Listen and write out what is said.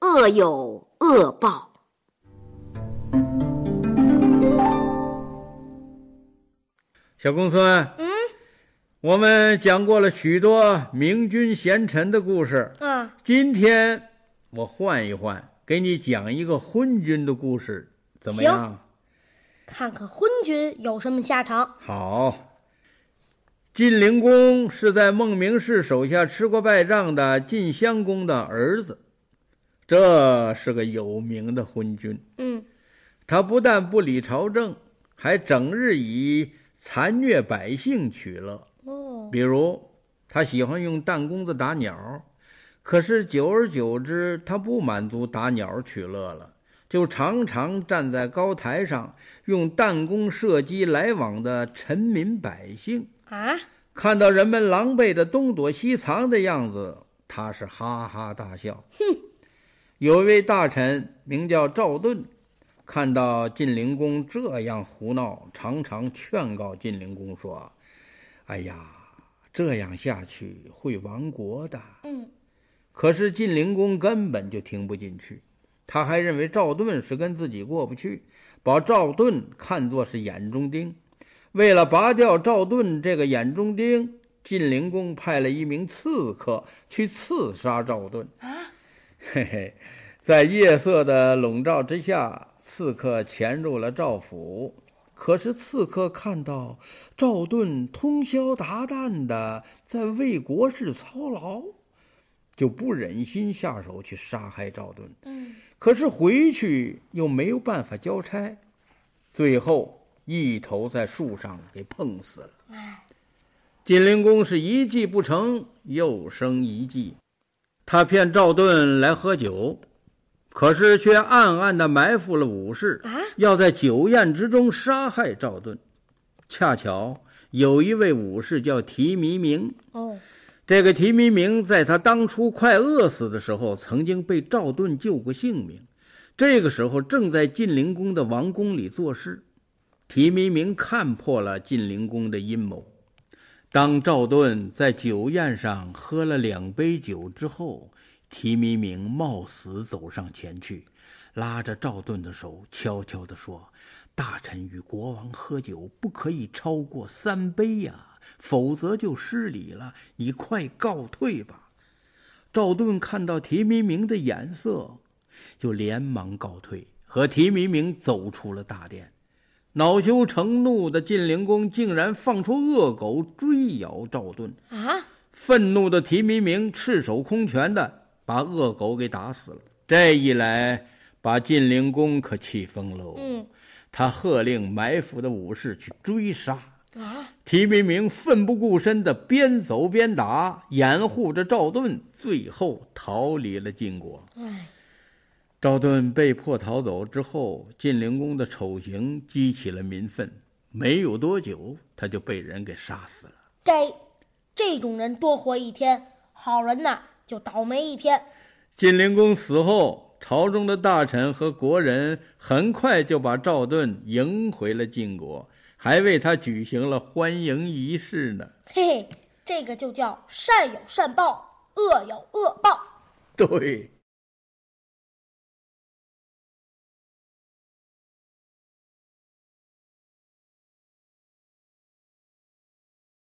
恶有恶报。小公孙，嗯我们讲过了许多明君贤臣的故事，嗯，今天我换一换，给你讲一个昏君的故事，怎么行样？看看昏君有什么下场。好。晋灵公是在孟明氏手下吃过败仗的晋襄公的儿子，这是个有名的昏君。嗯他不但不理朝政，还整日以残虐百姓取乐。哦，比如，他喜欢用弹弓子打鸟，可是久而久之，他不满足打鸟取乐了，就常常站在高台上，用弹弓射击来往的臣民百姓。啊，看到人们狼狈的东躲西藏的样子，他是哈哈大笑。哼，有一位大臣名叫赵盾，看到晋灵公这样胡闹，常常劝告晋灵公说：“哎呀，这样下去会亡国的。”嗯，可是晋灵公根本就听不进去，他还认为赵盾是跟自己过不去，把赵盾看作是眼中钉。为了拔掉赵盾这个眼中钉，晋灵公派了一名刺客去刺杀赵盾。嘿嘿，在夜色的笼罩之下，刺客潜入了赵府。可是刺客看到赵盾通宵达旦的在为国事操劳，就不忍心下手去杀害赵盾。嗯，可是回去又没有办法交差，最后一头在树上给碰死了。哎晋灵公是一计不成，又生一计，他骗赵盾来喝酒，可是却暗暗地埋伏了武士，啊要在酒宴之中杀害赵盾。恰巧有一位武士叫提弥明，哦，这个提弥明在他当初快饿死的时候，曾经被赵盾救过性命。这个时候正在晋灵公的王宫里做事，提弥明看破了晋灵公的阴谋。当赵盾在酒宴上喝了两杯酒之后，提弥明冒死走上前去，拉着赵盾的手，悄悄地说：“大臣与国王喝酒不可以超过三杯呀、否则就失礼了。你快告退吧。”赵盾看到提弥明的眼色，就连忙告退，和提弥明走出了大殿。恼羞成怒的晋灵公竟然放出恶狗追咬赵盾，啊，愤怒的提弥明赤手空拳的把恶狗给打死了。这一来，把晋灵公可气疯喽。嗯他喝令埋伏的武士去追杀。啊，提弥明奋不顾身的边走边打，掩护着赵盾，最后逃离了晋国。哎，赵盾被迫逃走之后，晋灵公的丑行激起了民愤，没有多久他就被人给杀死了。这这种人多活一天，好人呐就倒霉一天。晋灵公死后，朝中的大臣和国人很快就把赵盾迎回了晋国，还为他举行了欢迎仪式呢。嘿嘿，这个就叫善有善报，恶有恶报。对，